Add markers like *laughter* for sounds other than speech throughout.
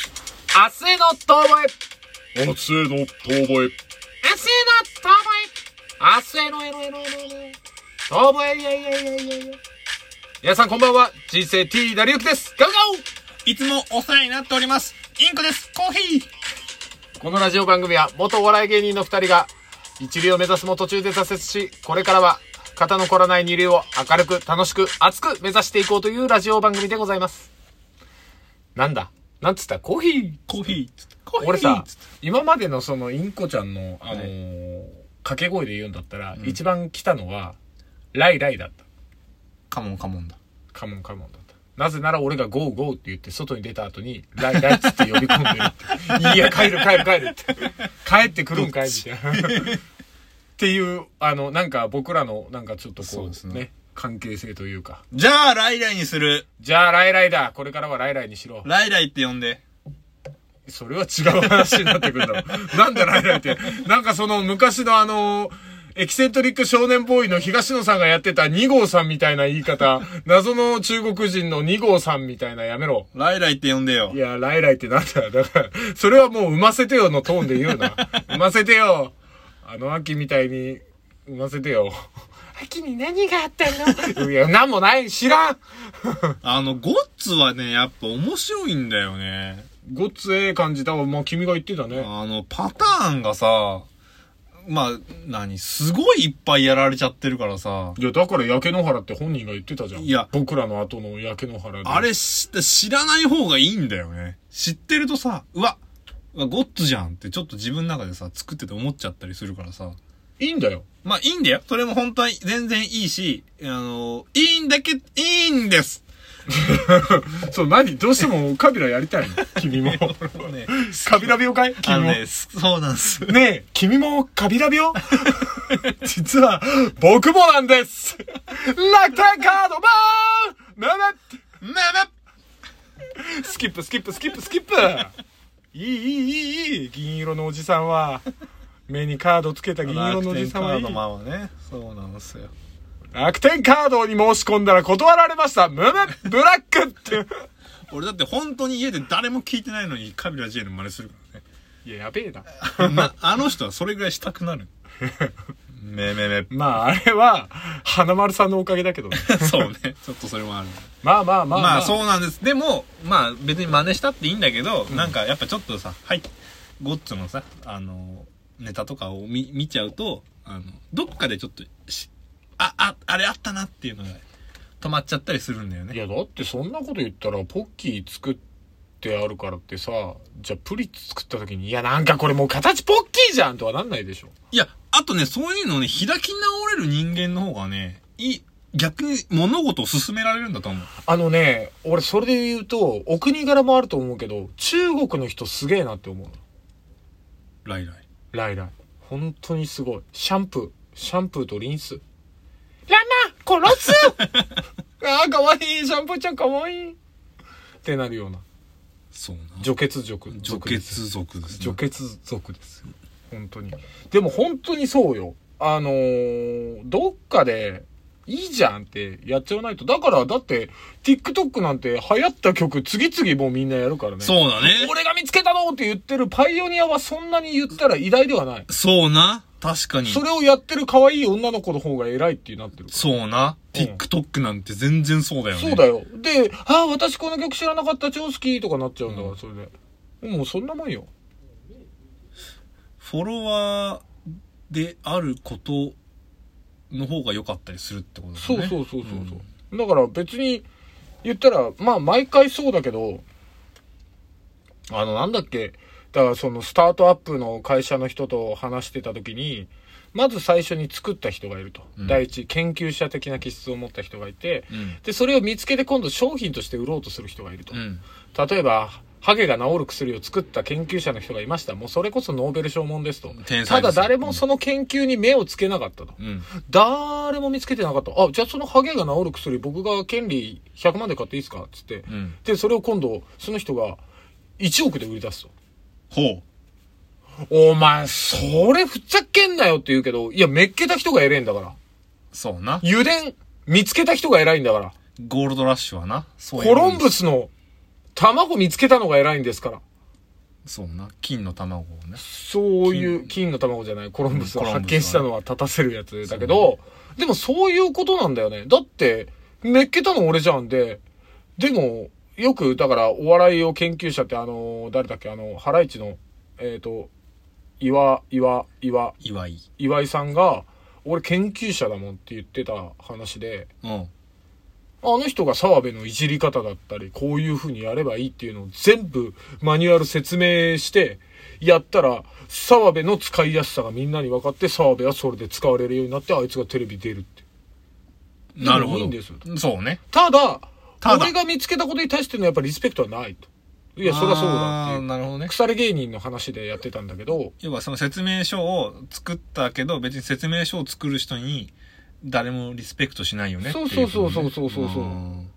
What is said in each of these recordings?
明日への遠吠明日への遠吠え。え明日への遠吠え明日へのえのえのえのえの遠吠えいやいやいやいやいや皆さんこんばんは人生 T なりゆきですガウガウいつもお世話になっております。インコです。コーヒー。このラジオ番組は元お笑い芸人の二人が一流を目指すも途中で挫折しこれからは肩の凝らない二流を明るく楽しく熱く目指していこうというラジオ番組でございますなんだなんつったコーヒーコーヒー。コーヒー。俺さ、今までのそのインコちゃんの、あのー掛け声で言うんだったら、一番来たのは、ライライだった。カモンカモンだ。カモンカモンだった。なぜなら俺がゴーゴーって言って外に出た後に、ライライっつって呼び込んでる *laughs* って。いや、帰る帰る帰るって。帰ってくるんかいみたいな。っていう、あの、なんか僕らの、なんかちょっとそうこですう、ねね、関係性というか。じゃあ、ライライにする。じゃあ、ライライだ。これからはライライにしろ。ライライって呼んで。それは違う話になってくるんだろう。 *laughs* なんだライライって。なんかその昔のあの、エキセントリック少年ボーイの東野さんがやってた2号さんみたいな言い方、謎の中国人の2号さんみたいなやめろ。ライライって呼んでよい。や、ライライってなんだよ。だから、それはもう産ませてよのトーンで言う *laughs* な。産ませてよ。あの秋みたいに、産ませてよ。秋に何があった *laughs* のいや、なんもない。知らん。あの、ゴッツはね、やっぱ面白いんだよね。ごっつええ感じだわ。まあ、君が言ってたね。あの、パターンがさ、まあ、何すごいいっぱいやられちゃってるからさ。いや、だから焼け野原って本人が言ってたじゃん。いや僕らの後の焼け野原で。あれ知って知らない方がいいんだよね。知ってるとさ、うわ、うわゴッツじゃんってちょっと自分の中でさ、作ってて思っちゃったりするからさ。いいんだよ。まあいいんだよ。それも本当は全然いいし、あの、いいんだけ、いいんです。そう、何どうしてもカビラやり *laughs* たいの君も。 *laughs* もうね、カビラ病かいあ君のも。ね、すそうなんです。ねえ、君もカビラ病 *laughs* 実は、僕もなんです楽天カードマンむむめめスキップ、スキップ、スキップ、スキップいい、いい、いい、いい銀色のおじさんは、目にカードつけた銀色のおじさんはいい楽天カードマンはね、そうなんですよ。楽天カードに申し込んだら断られましたむむブラックって俺だって本当に家で誰も聞いてないのにカビラ J の真似するからね。 *laughs* いや、やべえな。 *laughs* なあの人はそれぐらいしたくなる。めめめ。まあ、あれは、花丸さんのおかげだけどね。 *laughs* そうね。ちょっとそれもある。まあまあまあ、 *laughs* まあそうなんです。でも、まあ別に真似したっていいんだけど、なんかやっぱちょっとさ、はい、ゴッツのさ、あの、ネタとかを見見ちゃうと、あの、どっかでちょっとし、あ、あ、あれあったなっていうのが止まっちゃったりするんだよいね。や、だってそんなこと言ったら、ポッキー作ってあるからってさ、じゃあプリッツ作った時に、いや、なんかこれもう形ポッキーじゃんとはなんないでしょ。いや、あとね、そういうのをね、開き直れる人間の方がね、いい、逆に物事を進められるんだと思う。あのね、俺それで言うと、お国柄もあると思うけど、中国の人すげえなって思うの。ライライ。ライライ。本当にすごい。シャンプー。シャンプーとリンス。ランナー殺す *laughs* ああ、かわいい。シャンプーちゃんかわいい。ってなるような。そうな。除血族。除血族ですね。除血族ですよ本当にでも本当にそうよあのーどっかでいいじゃんってやっちゃわないとだからだって TikTok なんて流行った曲次々もうみんなやるからねそうだね。俺が見つけたのって言ってるパイオニアはそんなに言ったら偉大ではないそうな。確かに。それをやってる可愛い女の子の方が偉いってなってるそうな。うん TikTok なんて全然そうだよね。そうだよで「ああ私この曲知らなかった超好き」とかなっちゃうんだからそれでもうそんなもんよフォロワーであることの方が良かったりするってことだそようね。そうそうそうそう、だから別に言ったらまあ毎回そうだけどあのなんだっけだからそのスタートアップの会社の人と話してた時にまず最初に作った人がいると、うん第一研究者的な気質を持った人がいてうん。でそれを見つけて今度商品として売ろうとする人がいると、うん。例えばハゲが治る薬を作った研究者の人がいましたもうそれこそノーベル賞もんですと天た才でだす誰もその研究に目をつけなかったと、うん。誰も見つけてなかった。あ、じゃあそのハゲが治る薬僕が権利100万で買っていいですかつって。うん。で、それを今度、その人が1億で売り出すと。ほう。お前、それふざけんなよって言うけど、いや、めっけた人が偉いんだから。そうな。油田、見つけた人が偉いんだから。ゴールドラッシュはな。そうコロンブス。スの卵見つけたのが偉いんですから。そうな金の卵をねそういう金の卵じゃないコロンブスをコロンブ発スは見したのは立たせるやつだけど、でもそういうことなんだよね。だって、めっけたの俺じゃんで、でも、よく、だから、お笑いを研究者って、あの、誰だっけ、あの、ハライチの、えっ、と、岩、岩、岩、祝い岩井さんが、俺研究者だもんって言ってた話で、うんあの人が澤部のいじり方だったり、こういう風にやればいいっていうのを全部マニュアル説明して、やったら、澤部の使いやすさがみんなに分かって、澤部はそれで使われるようになって、あいつがテレビ出るって。なるほどいいんですよそうねただ、ただ俺が見つけたことに対してのやっぱリスペクトはないと。いや、そりゃそうだってあーいう。なるほどね腐れ芸人の話でやってたんだけど、要はその説明書を作ったけど別に説明書を作る人に誰もリスペクトしないよねっていそうそうそうそうそうそうそううん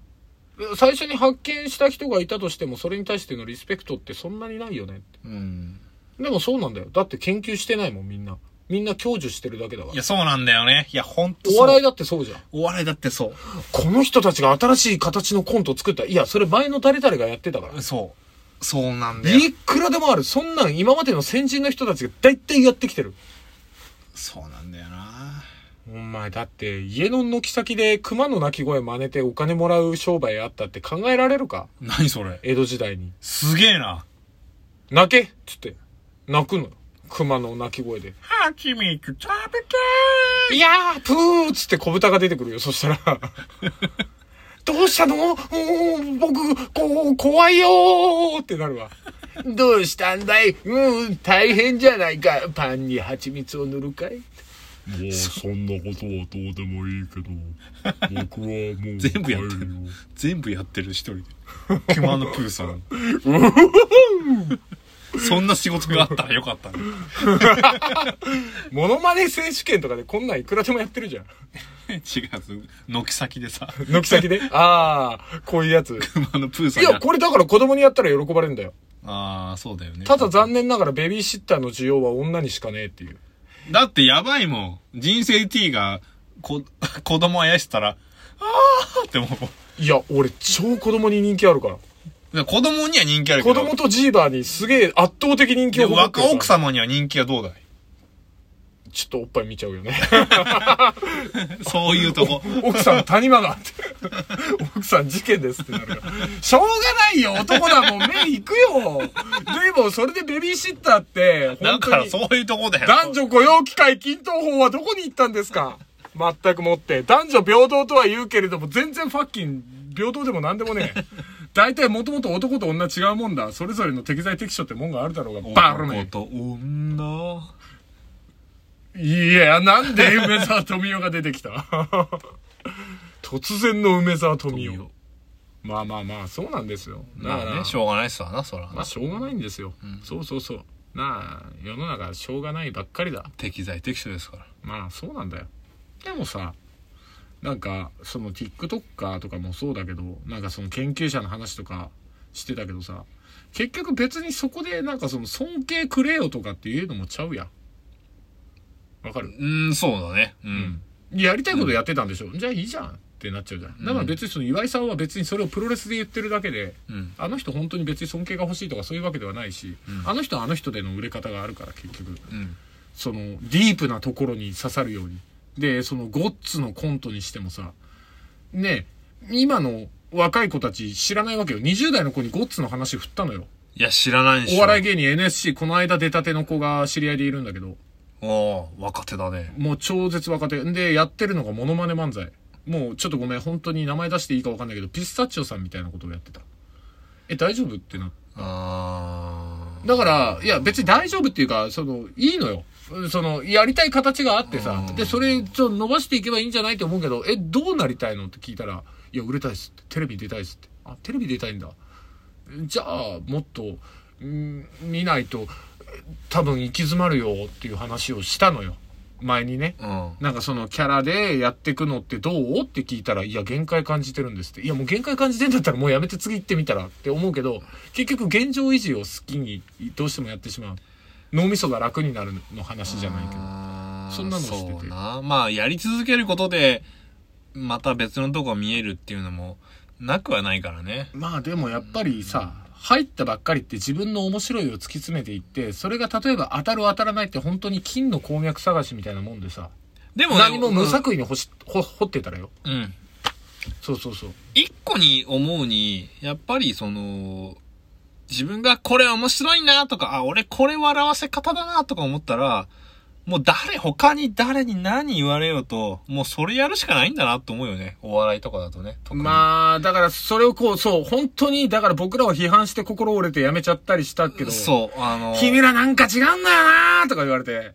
最初に発見した人がいたとしても、それに対してのリスペクトってそんなにないよねって。うんでもそうなんだよ。だって研究してないもん、みんな。みんな享受してるだけだかいらや。そうなんだよねいや本当お笑いだってそうじゃん。お笑いだってそこの人たちが新しい形のコントを作った。いや、それ前の誰々がやってたからう。そうそうなんだよいくらでもある。そんなん今までの先人の人たちが大体やってきてる。そうなんだよなお前、だって家の軒先で熊の鳴き声真似てお金もらう商売あったって考えられるか何それ江戸時代に。すげえな泣けっつって。泣くのよ。熊の鳴き声で。ハチミツ食べたいやー、プーっつって小豚が出てくるよ。そした *laughs* ら。どうしたのもう僕、こう、怖いよーってなるわ。どうしたんだいうん、大変じゃないか。パンに蜂蜜を塗るかいもうそんなことはどうでもいいけど、僕は *laughs* もう全部やってる帰るよ全部やってる一人で熊のプー *laughs* さんそんな仕事があったらよかったねモノマネ選手権とかでこんなんいくらでもやってるじゃん。違う軒先でさ軒先で。 *laughs* あー、こういうやつ。熊のプーさいんや、これだから子供にやったら喜ばれるんだよ。ああそうだよねただ残念ながらベビーシッターの需要は女にしかねえっていう。だってやばいもん人生 T がこ *laughs* 子供あやしたらああって思ういや、俺超子供に人気あるから。だから子供には人気あるけ子ど供とジーバーにすげえ圧倒的人気でを誇ってる若から奥様には人気はどうだいちょっとおっぱい見ちゃうよね。 *laughs* そういうとこ奥さん谷間がって。奥さん事件ですってなるから。しょうがないよ、男だもん、目行くよ。でも、それでベビーシッターって、だ本か当らに。そういうとこだよ男女雇用機会均等法はどこに行ったんですか全くもって。男女平等とは言うけれども、全然ファッキン、平等でも何でもねえ。大体もともと男と女違うもんだ。それぞれの適材適所ってもんがあるだろうが、バルメ男と女いや、なんで梅沢富美男が出て *laughs* きた突然の梅沢富美男。まあまあまあ、そうなんですよ。まあなねしょうがないっすわなそらまあしょうがないんですよ。そうそうそう。なあ、世の中しょうがないばっかりだ。適材適所ですからまあそうなんだよ。でもさ、なんか、その TikToker とかもそうだけど、なんかその研究者の話とかしてたけどさ、結局別にそこでなんかその尊敬くれよとかっていうのもちゃうやん。わかるうんそうだねうんやりたいことやってたんでしょ、じゃあいいじゃんってなっちゃうじゃん。だから別にその岩井さんは別にそれをプロレスで言ってるだけで、うんあの人本当に別に尊敬が欲しいとかそういうわけではないし、あの人はあの人での売れ方があるから結局、うんそのディープなところに刺さるように。で、そのゴッツのコントにしてもさ、ねえ今の若い子たち知らないわけよ。20代の子にゴッツの話振ったのよ。いや知らないでしょお笑い芸人 NSC、この間出たての子が知り合いでいるんだけど、おー若手だねもう超絶若手。んで、やってるのがモノマネ漫才。もうちょっとごめん、本当に名前出していいかわかんないけど、ピスタチオさんみたいなことをやってた。え、大丈夫ってな。あだから、いや別に大丈夫っていうか、その、いいのよ。うんその、やりたい形があってさう、んで、それ、ちょ、伸ばしていけばいいんじゃないって思うけど、え、どうなりたいのって聞いたら、いや、売れたいっすって。テレビ出たいっすって。あ、テレビ出たいんだ。じゃあ、もっと、ん見ないと、多分行き詰まるよっていう話をしたのよ。前にね。あうんなんかそのキャラでやってくのってどうって聞いたら、いや、限界感じてるんですって。いや、もう限界感じてんだったらもうやめて次行ってみたらって思うけど、結局現状維持を好きにどうしてもやってしまう。脳みそが楽になるの話じゃないけど。あーそんなのしててそうなまあやり続けることでまた別のとこが見えるっていうのもなくはないからねまあでもやっぱりさ、入ったばっかりって自分の面白いを突き詰めていって、それが例えば当たる当たらないって本当に金の鉱脈探しみたいなもんでさ、でもね、何も無作為にほし、ほ掘ってたらよ。うん。そうそうそう。一個に思うに、やっぱりその、自分がこれ面白いなとか、あ、俺これ笑わせ方だなとか思ったら、もう誰、他に誰に何言われようと、もうそれやるしかないんだなと思うよね。お笑いとかだとね。特にまあ、だからそれをこう、そう、本当に、だから僕らは批判して心折れてやめちゃったりしたけど、そう、あの、君らなんか違うんだよなーとか言われて、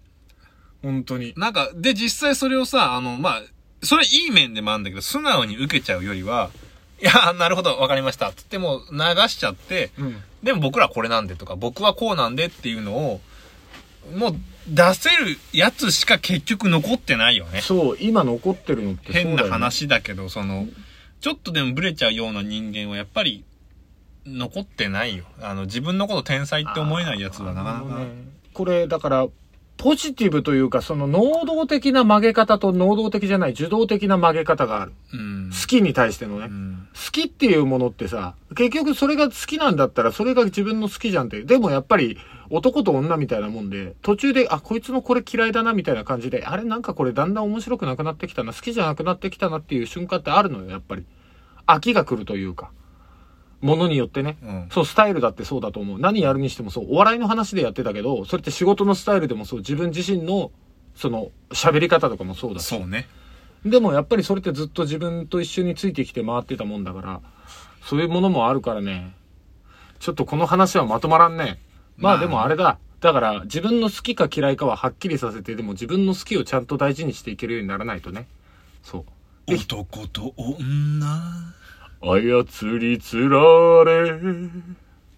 本当に。なんか、で、実際それをさ、あの、まあ、それいい面でもあるんだけど、素直に受けちゃうよりは、いや、なるほど、わかりました。つってもう流しちゃって、うん。でも僕らこれなんでとか、僕はこうなんでっていうのを、もう出せるやつしか結局残ってないよね。そう、今残ってるのってそうだよ変ねな。話だけど、その、ちょっとでもブレちゃうような人間はやっぱり残ってないよ。あの、自分のこと天才って思えないやつはなかなか。あのねこれ、だから、ポジティブというか、その、能動的な曲げ方と能動的じゃない、受動的な曲げ方がある。うん。好きに対してのね。うん。好きっていうものってさ、結局それが好きなんだったら、それが自分の好きじゃんって。でもやっぱり、男と女みたいなもんで、途中で、あ、こいつのこれ嫌いだなみたいな感じで、あれなんかこれだんだん面白くなくなってきたな、好きじゃなくなってきたなっていう瞬間ってあるのよ、やっぱり。飽きが来るというか。ものによってね。うん。そう、スタイルだってそうだと思う。何やるにしてもそう。お笑いの話でやってたけど、それって仕事のスタイルでもそう。自分自身の、その、喋り方とかもそうだし。そうね。でもやっぱりそれってずっと自分と一緒についてきて回ってたもんだから、そういうものもあるからね。ちょっとこの話はまとまらんね。まあまあでもあれだ。だから自分の好きか嫌いかははっきりさせて、でも自分の好きをちゃんと大事にしていけるようにならないとね。そう。男と女。操りつられ